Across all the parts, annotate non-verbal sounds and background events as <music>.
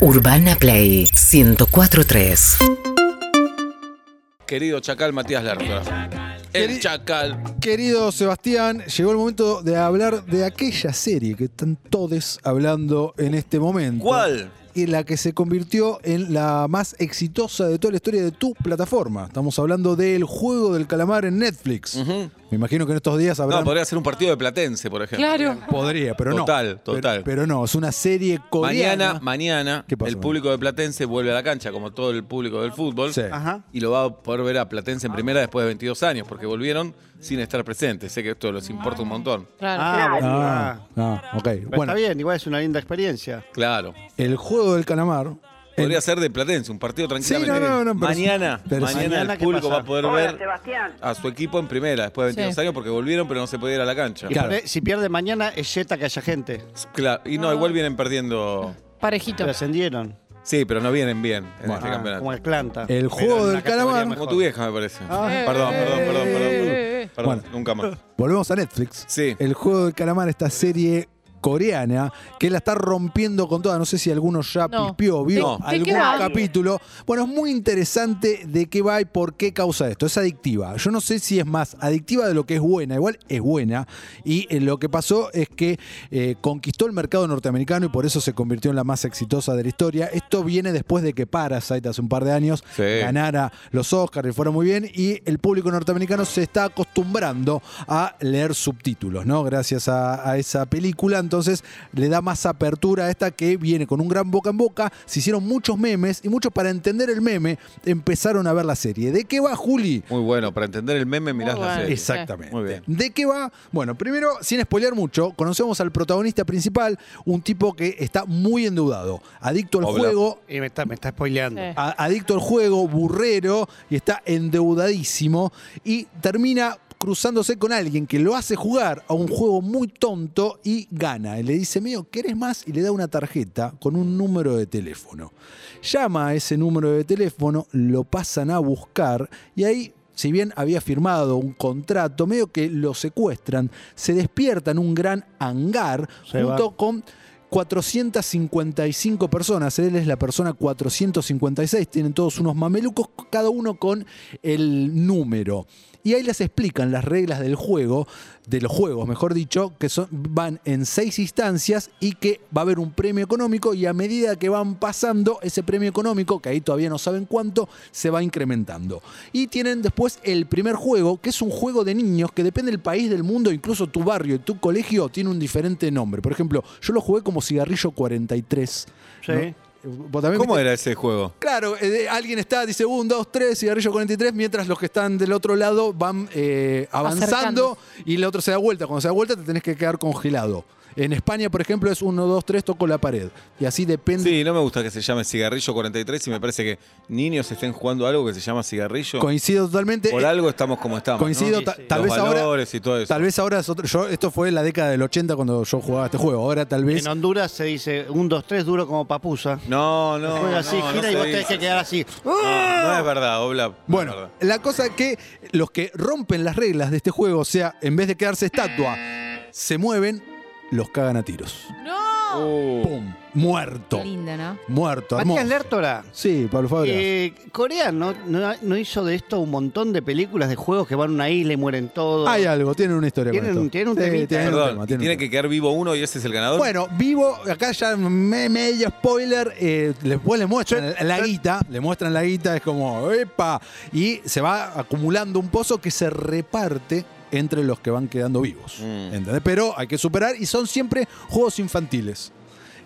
Urbana Play 1043. Querido Chacal Matías Larra. El Queri- Chacal. Querido Sebastián, llegó el momento de hablar de aquella serie que están todos hablando en este momento. ¿Cuál? Y la que se convirtió en la más exitosa de toda la historia de tu plataforma. Estamos hablando del juego del calamar en Netflix. Ujú. Me imagino que en estos días habrá. No, podría ser un partido de Platense, por ejemplo. Claro. Podría, pero no. Total, Pero- total. Pero, no, es una serie coreana. Mañana, mañana, ¿Qué pasa, el man? público de Platense vuelve a la cancha, como todo el público del fútbol. Sí. Ajá. Y lo va a poder ver a Platense en primera después de 22 años, porque volvieron sin estar presentes. Sé que esto les importa un montón. Claro. Claro. bueno. Ah, ah, ok. Pero Bueno, está bien, igual es una linda experiencia. Claro. el juego del calamar. Podría ser de Platense, un partido tranquilamente. Sí, no, no, no, pero- mañana, pero- mañana, Mañana, el ¿qué público pasa? va a poder Hola, ver Sebastián. a su equipo en primera después de 22 Sí. años, porque volvieron, pero no se podía ir a la cancha. Y Claro. por ahí, si pierde mañana, es Jetta que haya gente. Claro, y no, igual vienen perdiendo. Parejito. Pero ascendieron, Sí, pero no vienen bien en este Ah, campeonato. como Como, Atlanta. El juego del calamar. mejor. tu vieja, me parece. Ah. Perdón, perdón, perdón, perdón. Eh, eh, eh. Perdón, Bueno. nunca más. Volvemos a Netflix. Sí. El juego del calamar, esta serie coreana, que la está rompiendo con toda. No sé si alguno ya No. pispió, vio No. ¿De- de qué algún va? capítulo. Bueno, es muy interesante de qué va y por qué causa esto. Es adictiva. Yo no sé si es más adictiva de lo que es buena. Igual es buena. Y eh, lo que pasó es que eh, conquistó el mercado norteamericano y por eso se convirtió en la más exitosa de la historia. Esto viene después de que Parasite hace un par de años Sí. ganara ganara los Oscars y fuera muy bien. Y el público norteamericano se está acostumbrando a leer subtítulos, ¿no? Gracias a, a esa película. Entonces le da más apertura a esta que viene con un gran boca en boca. Se hicieron muchos memes y muchos para entender el meme empezaron a ver la serie. ¿De qué va, Juli? Muy bueno, para entender el meme mirás Muy la bueno. serie. Exacto. Exactamente. Muy bien. ¿De qué va? Bueno, primero, sin spoilear mucho, conocemos al protagonista principal, un tipo que está muy endeudado, adicto al Oblap. juego, Y me está, me está spoileando. Sí. a- adicto al juego, burrero y está endeudadísimo y termina cruzándose con alguien que lo hace jugar a un juego muy tonto y gana. Y le dice, mío, ¿querés más? Y le da una tarjeta con un número de teléfono. Llama a ese número de teléfono, lo pasan a buscar y ahí, si bien había firmado un contrato, medio que lo secuestran, se despierta en un gran hangar Se junto va. con 455 personas. Él es la persona 456. Tienen todos unos mamelucos, cada uno con el número. Y ahí les explican las reglas del juego, de los juegos, mejor dicho, que son, van en seis instancias y que va a haber un premio económico y a medida que van pasando ese premio económico, que ahí todavía no saben cuánto, se va incrementando. Y tienen después el primer juego, que es un juego de niños que depende del país, del mundo, incluso tu barrio y tu colegio tiene un diferente nombre. Por ejemplo, yo lo jugué como Cigarrillo 43. Sí. ¿no? ¿Vos también ¿Cómo viste? era ese juego? Claro, eh, de- alguien está, dice 1, 2, 3, cigarrillo 43, mientras los que están del otro lado van eh, avanzando Acercando. y el otro se da vuelta. Cuando se da vuelta te tenés que quedar congelado. En España, por ejemplo, es 1, 2, 3, toco la pared. Y así depende. Sí, no me gusta que se llame Cigarrillo 43 y me parece que niños estén jugando algo que se llama Cigarrillo. Coincido totalmente. Por algo estamos como estamos. ¿no? Coincido, Sí, ta- sí. tal Los vez ahora. valores y todo eso. Tal vez ahora es otro- yo- esto fue en la década del 80 cuando yo jugaba este juego. Ahora tal vez. En Honduras se dice un, dos, tres, duro como papusa. No, no. Juega así, no, no gira y se vos tenés dice. que quedar así. No, no es verdad, Obla. no es Bueno, verdad. la cosa que los que rompen las reglas de este juego, o sea, en vez de quedarse estatua, se mueven, los cagan a tiros. No. Uh, ¡Pum! Muerto. Lindo, ¿no? Muerto, Matías hermoso. Lertora. Sí, Pablo Fabra. Eh, Corea ¿no? No, no hizo de esto un montón de películas de juegos que van a una isla y mueren todos. Hay algo, tienen una historia. Tienen- con esto. tienen un Sí, temita. tienen un perdón, tema, tiene, tienen un tema. que quedar vivo uno y ese es el ganador. Bueno, vivo, acá ya me- medio spoiler, eh, después le muestran la guita, le muestran la guita, es como, ¡epa! Y se va acumulando un pozo que se reparte entre los que van quedando vivos. Mm. ¿Entendés? Pero hay que superar y son siempre juegos infantiles.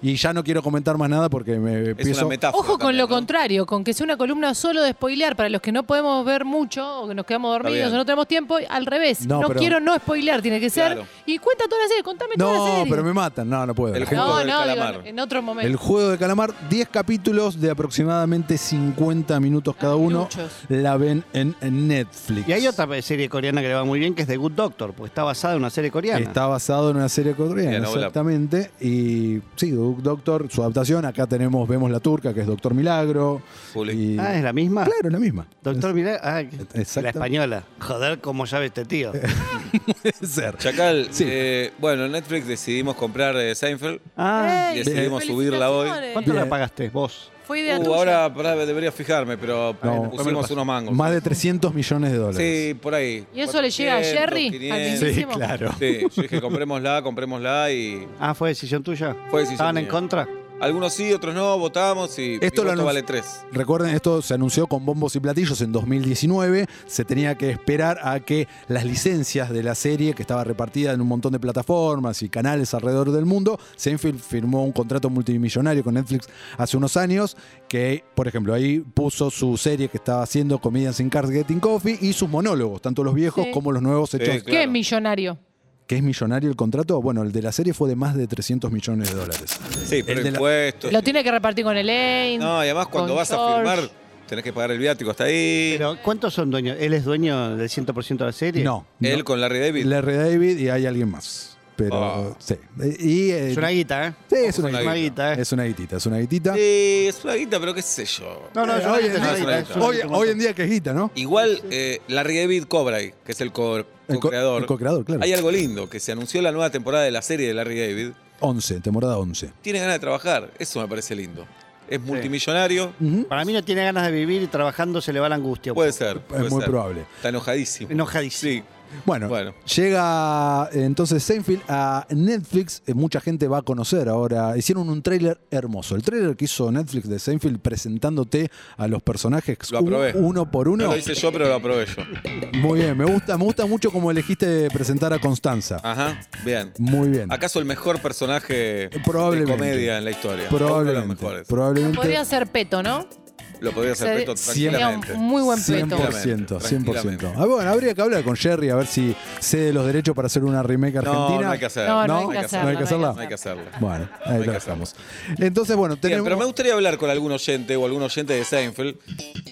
Y ya no quiero comentar más nada porque me es empiezo... una metáfora. Ojo con también, lo ¿no? contrario, con que sea una columna solo de spoilear para los que no podemos ver mucho o que nos quedamos dormidos bien. o no tenemos tiempo, al revés. No, No, pero- quiero no spoilear, tiene que ser. Claro. Y cuenta toda la serie, contame toda la no, serie. pero me matan, no, no puedo. El La gente- juego No, del no, digo, calamar. en otro momento. El juego de calamar, 10 capítulos de aproximadamente 50 minutos cada uno. Muchos. La ven en en Netflix. Y hay otra serie coreana que le va muy bien, que es The Good pues Doctor, porque está basada en una serie coreana. Está basado en una serie coreana, Bien, hola. exactamente. Y sí, The Book Doctor, su adaptación. Acá tenemos, vemos la turca, que es Doctor Milagro. Juli. Y- Ah, es la misma. Claro, es la misma. Doctor Mirá, ah, la Exacto. española. Joder, cómo sabe <laughs> este tío. Puede ser. Chacal, <laughs> Sí. eh, bueno, en Netflix decidimos comprar eh, Seinfeld. Ah, ¡Ey! decidimos subirla hoy. ¡Felicitaciones! ¿cuánto Bien. la pagaste vos? Fue idea Uh, tuya. ahora pará, debería fijarme, pero No. eh, pusimos unos mangos. Más de 300 millones de dólares. Sí, por ahí. ¿Y eso le llega a 400, Jerry? Al 500. principio. Sí, hicimos. claro. yo dije, comprémosla, comprémosla y Ah, fue decisión tuya. fue decisión ¿Estaban en mía. contra? Algunos sí, otros no, votamos y Esto mi lo voto anunci- vale tres. Recuerden, esto se anunció con bombos y platillos en 2019. Se tenía que esperar a que las licencias de la serie, que estaba repartida en un montón de plataformas y canales alrededor del mundo, Seinfeld firmó un contrato multimillonario con Netflix hace unos años, que, por ejemplo, ahí puso su serie que estaba haciendo Comedians in Cars Getting Coffee y sus monólogos, tanto los viejos Sí. como los nuevos Sí, hechos. ¿Qué Claro. millonario? ¿Que es millonario el contrato? Bueno, el de la serie fue de más de 300 millones de dólares. Sí, pero de la- impuestos. Lo tiene que repartir con Elaine. No, y además cuando con vas George. a firmar, tenés que pagar el viático hasta ahí. Pero, ¿cuántos son dueños? ¿Él es dueño del 100% de la serie? No. Él no. con Larry David. Larry David y hay alguien más. Pero Ah. sí. Y, eh, Es una guita, ¿eh? sí, es una una guita. guita, ¿eh? Es una guitita, es una guitita. Sí, es una guita, pero qué sé yo. No, no, Eh, es una hoy, guita, en es una no, guita, no, es día, una hoy- guita, un hoy montón. en día que es guita, ¿no? Igual eh, Larry David cobra ahí, que es el co- El co- co-creador. el co-creador, claro. Hay algo lindo, que se anunció la nueva temporada de la serie de Larry David. 11, temporada 11. Tiene ganas de trabajar, eso me parece lindo. Es multimillonario, Ujú. Para mí no tiene ganas de vivir y trabajando se le va la angustia. puede ser. puede Es muy ser. probable. Está enojadísimo. Enojadísimo. Sí. Bueno, Bueno. llega eh, entonces Seinfeld a Netflix. eh, Mucha gente va a conocer ahora. Hicieron un tráiler hermoso. El tráiler que hizo Netflix de Seinfeld presentándote a los personajes Lo aprobé. un- uno por uno. No lo hice yo, pero lo aprobé yo. Muy bien, me gusta, me gusta mucho cómo elegiste presentar a Constanza. Ajá, bien. Muy bien. Eh, ¿Acaso el mejor personaje Probablemente. de comedia en la historia? Uno de los Probablemente. mejores. Probablemente. Podría ser Peto, ¿no? Lo podría hacer Se- Beto Sería un tranquilamente. muy buen Peto. 100%, 100%. Tranquilamente. Ah, bueno, habría que hablar con Jerry a ver si cede los derechos para hacer una No, remake argentina. no hay que hacerlo. No, no hay que hacerla, no hay que hacerla. No hay que hacerla. Bueno, No hay ahí que lo hacerla. dejamos. Entonces, bueno, Bien, tenemos. pero me gustaría hablar con algún oyente o algún oyente de Seinfeld,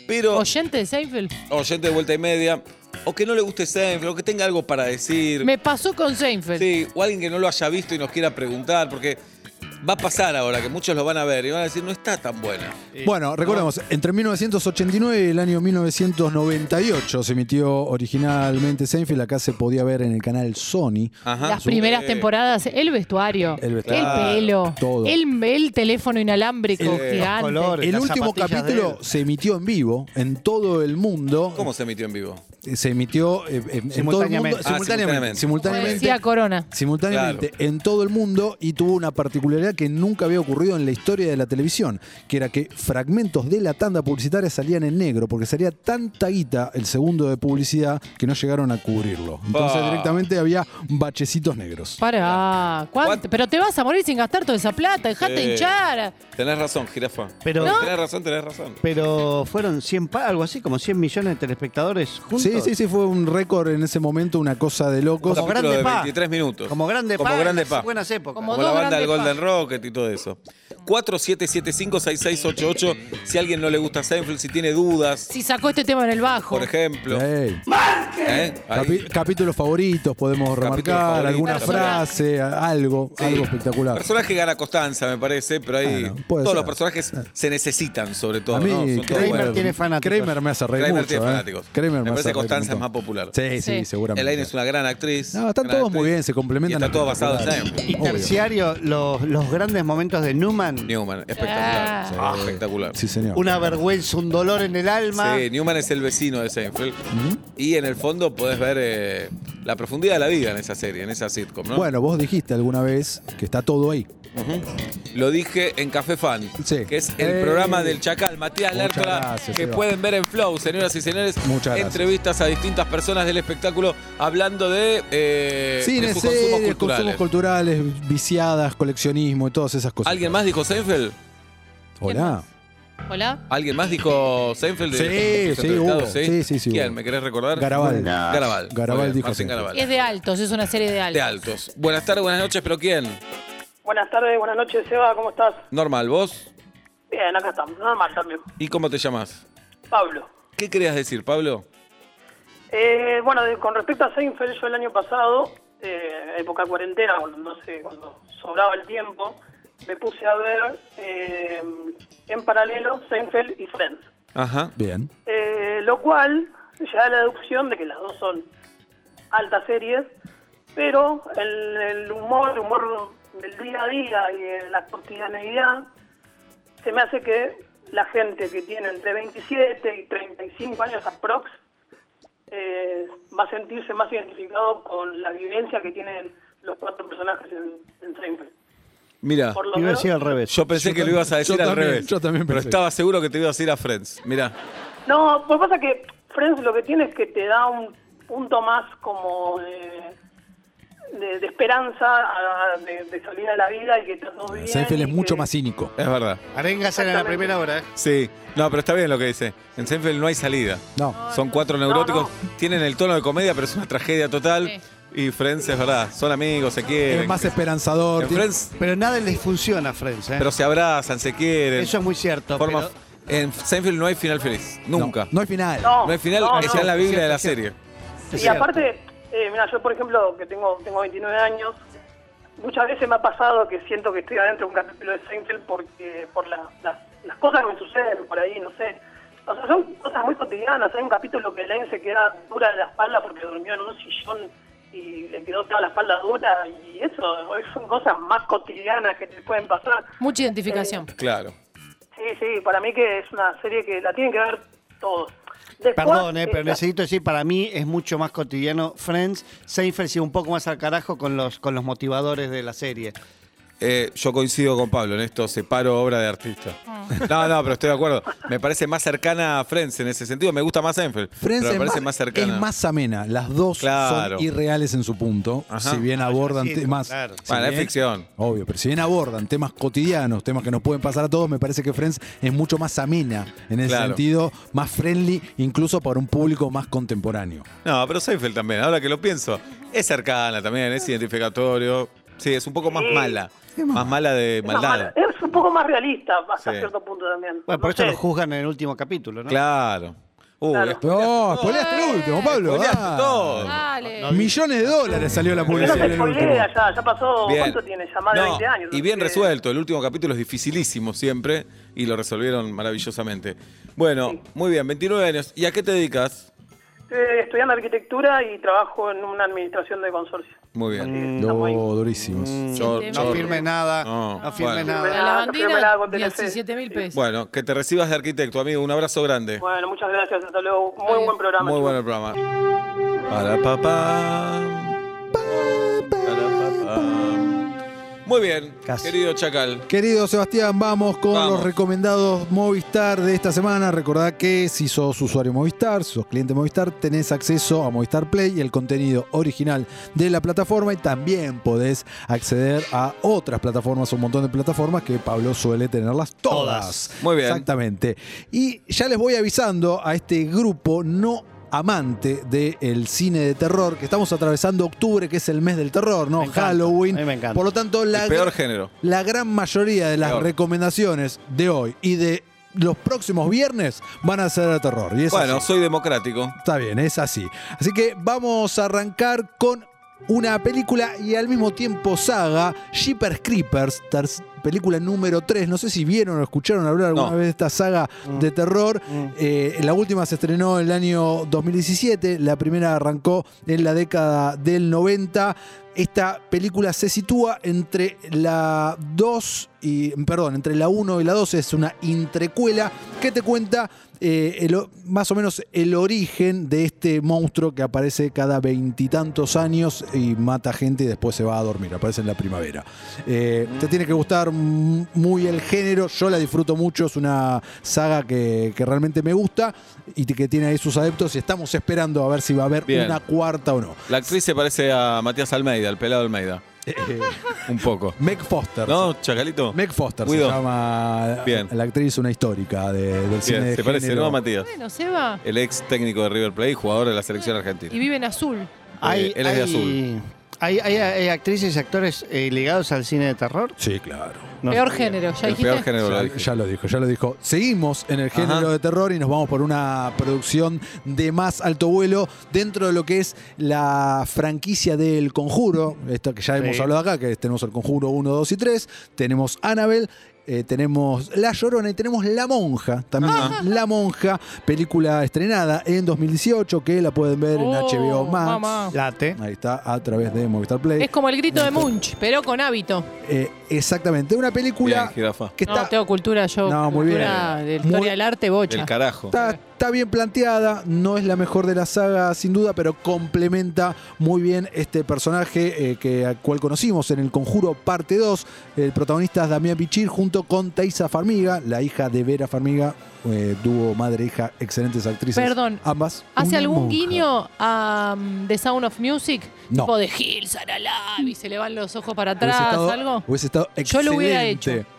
pero ¿Oyente de Seinfeld? oyente de vuelta y media, o que no le guste Seinfeld, o que tenga algo para decir, Me pasó con Seinfeld. sí, o alguien que no lo haya visto y nos quiera preguntar, porque va a pasar ahora que muchos lo van a ver y van a decir, no está tan buena. Bueno, recordemos, entre 1989 y el año 1998 se emitió originalmente Seinfeld. Acá se podía ver en el canal Sony. Ajá. Las primeras Eh, temporadas, el vestuario, El el, vestuario. pelo, Todo. El, el teléfono inalámbrico Sí. gigante. Los colores. El Las último zapatillas de capítulo él. se emitió en vivo en todo el mundo. ¿Cómo se emitió en vivo? Se emitió eh, eh, en todo el mundo. Simultáneamente. Ah, simultáneamente. simultáneamente. Como simultáneamente. decía Corona. Simultáneamente en todo el mundo y tuvo una particularidad que nunca había ocurrido en la historia de la televisión, que era que fragmentos de la tanda publicitaria salían en negro, porque salía tanta guita el segundo de publicidad que no llegaron a cubrirlo. Entonces Pa. directamente había bachecitos negros. Pará, ¿cuánto? ¿Cuánto? Pero te vas a morir sin gastar toda esa plata, dejate Sí. hinchar. Tenés razón, jirafa. Pero, Tenés razón, tenés razón. pero fueron 100, pa- algo así, como 100 millones de telespectadores juntos. Sí, sí, sí, fue un récord en ese momento, una cosa de locos. Como Un capítulo Grande de Pa. 23 minutos. Como grande Como pa, en grande las pa. buenas épocas. Como Como, la dos banda del grandes Golden Rocket y todo eso. 4775-6688. Si a alguien no le gusta Seinfeld, si tiene dudas, Si sacó este tema en el bajo. por ejemplo. Ey, ¿eh? Ahí. capi- capítulos favoritos, podemos Capítulos remarcar, favoritos, alguna personaje. frase, a- algo, Sí. algo espectacular. Personaje gana Costanza, me parece, pero ahí Bueno, puede todos ser. los personajes se necesitan, sobre todo. A mí, ¿no? Son todos Kramer buenos. tiene fanáticos. Kramer me hace reír Kramer mucho, tiene eh. fanáticos. Kramer Me me, parece hace reír Constanza mucho. es más popular. Sí, sí, Sí. seguramente. Elaine es una gran actriz. No, están gran todos muy actriz. bien, se complementan. Y está todo basado en espectacular. Seinfeld. Y terciario, los, los grandes momentos de Newman. Newman, espectacular. Ah. Espectacular. Sí, señor. Una vergüenza, un dolor en el alma. Sí, Newman es el vecino de Seinfeld. Y en el fondo podés ver eh, la profundidad de la vida en esa serie, en esa sitcom, ¿no? Bueno, vos dijiste alguna vez que está todo ahí. Lo dije en Café Fan, Sí. que es el Ey. programa del Chacal, Matías Muchas Lertora, gracias, que Seba. pueden ver en Flow, señoras y señores. Muchas gracias. Entrevistas a distintas personas del espectáculo hablando de, eh, Cine, de sus series, consumos consumos culturales. culturales. viciadas, coleccionismo y todas esas cosas. ¿Alguien más dijo Seinfeld? Hola. Hola. ¿Alguien más dijo Seinfeld? de Sí, los sí, entrevistados? hubo. Sí, sí, sí, ¿Quién? hubo. ¿Me querés recordar? Garabal. Garabal. Garabal Muy bien, dijo Martín Seinfeld. Garabal. Es de altos, es una serie de altos. De altos. Buenas tardes, buenas noches, pero ¿quién? Buenas tardes, buenas noches, Seba, ¿cómo estás? Normal, ¿vos? Bien, acá estamos, normal también. ¿Y cómo te llamas? Pablo. ¿Qué querías decir, Pablo? Eh, bueno, de- con respecto a Seinfeld, yo el año pasado, eh, época cuarentena, cuando, no sé, cuando sobraba el tiempo, me puse a ver eh, en paralelo Seinfeld y Friends. Ajá. Bien. Eh, lo cual ya da la deducción de que las dos son altas series, pero el, el humor, el humor del día a día y de la cotidianeidad, se me hace que la gente que tiene entre 27 y 35 años aprox eh, va a sentirse más identificado con la vivencia que tienen los cuatro personajes en, en Seinfeld. Mira. Por lo Ah, Iba a menos, decir al revés. Yo pensé Yo que tam- lo ibas a yo decir al también, revés. yo también Pero pensé. estaba seguro que te ibas a ir a Friends. Mira. No, pues pasa que Friends lo que tiene es que te da un punto más como de, de- de esperanza, a- de, de salir a la vida y que estás todo bien. Seinfeld es y mucho que- más cínico. Es verdad. Arengas en la primera hora, ¿eh? Sí. No, pero está bien lo que dice. En Seinfeld no hay salida. No. Son cuatro neuróticos. Tienen el tono de comedia, pero es una tragedia total. Sí. Y Friends es verdad. Son amigos, se quieren. Es más Eh, esperanzador. En tiene- Friends, Pero nada les funciona, Friends, ¿eh? pero se abrazan, se quieren. Eso es muy cierto. Forma- pero- En Seinfeld no hay final feliz. no, Nunca. No hay final. No hay final, no, está no. en la Biblia de la Cierto, serie. es Y cierto. aparte, eh, mira, yo por ejemplo, que tengo, tengo 29 años, muchas veces me ha pasado que siento que estoy adentro de un capítulo de Seinfeld porque por la- las- las cosas que me suceden por ahí, no sé. O sea, son cosas muy cotidianas. Hay un capítulo que Lane se queda dura de la espalda porque durmió en un sillón y le quedó toda la espalda dura y eso eh, son cosas más cotidianas que te pueden pasar. Mucha identificación. Eh, Claro. Sí, sí, para mí que es una serie que la tienen que ver todos. Después, Perdón, eh, pero esta- necesito decir, para mí es mucho más cotidiano Friends. Seinfeld sigue un poco más al carajo con los, con los motivadores de la serie. Eh, yo coincido con Pablo en esto, separo obra de artista. No, no, pero estoy de acuerdo. Me parece más cercana a Friends en ese sentido. Me gusta más Seinfeld. Friends pero me es, parece más, más cercana. es más amena. Las dos Claro. son irreales en su punto. Ajá. Si bien abordan sí, temas. claro. si Bueno, es bien- ficción. Obvio, pero si bien abordan temas cotidianos, temas que nos pueden pasar a todos, me parece que Friends es mucho más amena en ese Claro. sentido, más friendly, incluso para un público más contemporáneo. No, pero Seinfeld también, ahora que lo pienso. Es cercana también, es identificatorio. Sí, es un poco más Sí. mala. Más mala de Es más maldad. mala. ¿eh? Es un poco más realista hasta Sí. cierto punto también. Bueno, por No eso sé. lo juzgan en el último capítulo, ¿no? Claro. Uh, Claro. espo- No, spoileaste el último, Pablo. spoileaste ah. todo. Dale. Millones de dólares salió la Pero no publicidad en se el último. spoilea ya, ya pasó, Bien. ¿cuánto tiene? Ya más de No, 20 años. Y bien entonces- resuelto. El último capítulo es dificilísimo siempre y lo resolvieron maravillosamente. Bueno, muy bien, 29 años. ¿Y a qué te dedicas? Estoy estudiando arquitectura y trabajo en una administración de consorcio. Muy bien. Sí, estamos ahí. No, durísimos. Yo- Sí, No yo- firme nada, No, no, firme bueno. nada. La lavandina, con TLC. 17 mil pesos. Bueno, que te recibas de arquitecto, amigo. Un abrazo grande. Bueno, muchas gracias, hasta luego. Muy Adiós. buen programa. Muy chicos. bueno el programa. Para papá. Muy bien, Casi. querido Chacal. Querido Sebastián, vamos con Vamos. los recomendados Movistar de esta semana. Recordá que si sos usuario Movistar, si sos cliente Movistar, tenés acceso a Movistar Play y el contenido original de la plataforma y también podés acceder a otras plataformas, un montón de plataformas que Pablo suele tenerlas todas. Muy bien. Exactamente. Y ya les voy avisando a este grupo no amante del cine de terror, que estamos atravesando octubre, que es el mes del terror, ¿no? Me encanta. Halloween. A mí me encanta. Por lo tanto, la El peor género. la gran mayoría de las Peor. recomendaciones de hoy y de los próximos viernes van a ser de terror. Y es Bueno, así. soy democrático. está bien, es así. Así que vamos a arrancar con una película y al mismo tiempo saga, Jeepers Creepers, ter- película número 3. No sé si vieron o escucharon hablar alguna No. vez de esta saga de terror. Eh, la última se estrenó en el año 2017, la primera arrancó en la década del 90. Esta película se sitúa entre la 2 y. Perdón, entre la 1 y la 2. Es una intrecuela que te cuenta eh, el o- más o menos el origen de este monstruo que aparece cada veintitantos años y mata gente y después se va a dormir. Aparece en la primavera. Eh, Te tiene que gustar mm, muy el género. Yo la disfruto mucho. Es una saga que, que realmente me gusta y que tiene ahí sus adeptos. Y estamos esperando a ver si va a haber Bien. una cuarta o no. Eh, La actriz se parece a Matías Almeida, el pelado Almeida. Un poco. Meg Foster. ¿No, Chacalito? Meg Foster Guido. se llama Bien. la actriz, una histórica de- del cine. Bien, de se parece, género. ¿no, a Matías? Bueno, Seba. El ex técnico de River Plate, jugador de la selección Y argentina. vive en azul. él es de azul. Hay, ¿Hay, hay- hay actrices y actores eh, ligados al cine de terror? Sí, claro. No peor sabía. género, ¿ya El dijiste? peor género lo Ya, dije. ya lo dijo, ya lo dijo. Seguimos en el género Ajá. de terror y nos vamos por una producción de más alto vuelo dentro de lo que es la franquicia del conjuro. Esto que ya hemos Sí. hablado acá, que tenemos el conjuro 1, 2 y 3. Tenemos Annabelle. eh, tenemos La Llorona y tenemos La Monja, también La Monja, película estrenada en 2018 que la pueden ver en Oh, HBO Max. mamá. Late. Ahí está, a través de Movistar Play. Es como el grito de Munch, pero con hábito. Eh, exactamente, una película Bien, jirafa. que No, está... tengo cultura, yo No, muy cultura bien. de Muy- historia del arte bocha. El carajo. Está, está bien planteada, no es la mejor de la saga sin duda, pero complementa muy bien este personaje eh, que, al cual conocimos en El Conjuro Parte 2. El protagonista es Damián Pichir junto con Teisa Farmiga, la hija de Vera Farmiga, eh, dúo madre e hija, excelentes actrices. Perdón. Ambas. ¿Hace Una algún monja. guiño a um, The Sound of Music? No. Tipo de Gil, Saralabi, se le van los ojos para Hubiese atrás, estado, algo. hubiese estado Yo excelente. lo hubiera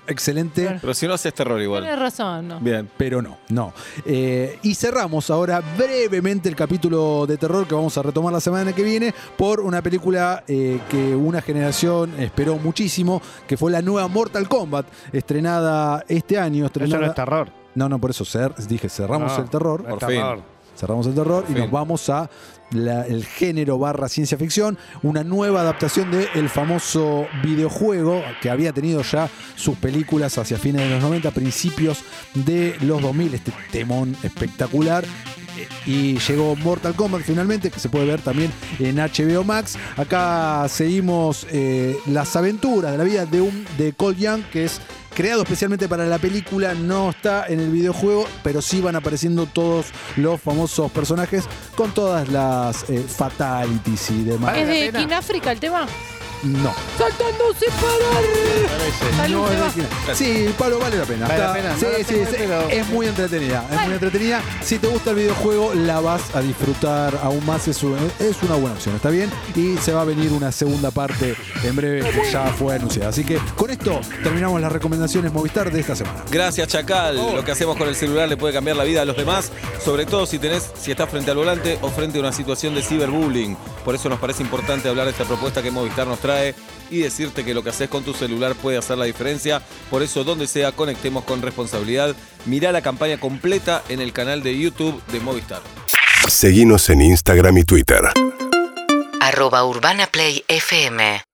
Excelente. Claro. Pero si no haces terror igual. Tienes razón, ¿no? Bien. Pero no, no. Eh, y cerramos ahora brevemente el capítulo de terror que vamos a retomar la semana que viene por una película eh, que una generación esperó muchísimo, que fue la nueva Mortal Kombat, estrenada este año. Eso Estrenada... no Ah, es terror. no, no, por eso cer- dije cerramos No, el terror. no es Por fin. terror. Cerramos el terror y Fin. nos vamos a la- el género barra ciencia ficción, una nueva adaptación del famoso videojuego que había tenido ya sus películas hacia fines de los 90, principios de los 2000, este temón espectacular. Eh, Y llegó Mortal Kombat finalmente, que se puede ver también en HBO Max. Acá seguimos eh, las aventuras de la vida de, un, de Cole Young, que es creado especialmente para la película, no está en el videojuego, pero sí van apareciendo todos los famosos personajes con todas las eh, fatalities y demás. ¿Es la de pena? King África el tema? No. ¡Saltando sin parar! Salud, No es Seba. de China. Sí, Pablo, vale la pena. Vale la Está- pena, no sí, la sí, tengo, sí, pero- es muy entretenida. Es muy entretenida. Si te gusta el videojuego, la vas a disfrutar aún más. Es, un- es una buena opción, ¿está bien? Y se va a venir una segunda parte en breve que ya fue anunciada. Así que con esto terminamos las recomendaciones Movistar de esta semana. Gracias, Chacal. Lo que hacemos con el celular le puede cambiar la vida a los demás, sobre todo si tenés, si estás frente al volante o frente a una situación de ciberbullying. Por eso nos parece importante hablar de esta propuesta que Movistar nos trae y decirte que lo que haces con tu celular puede hacer la diferencia. Por eso, donde sea, conectemos con responsabilidad. Mirá la campaña completa en el canal de YouTube de Movistar. Seguinos en Instagram y Twitter. Arroba Urbana Play FM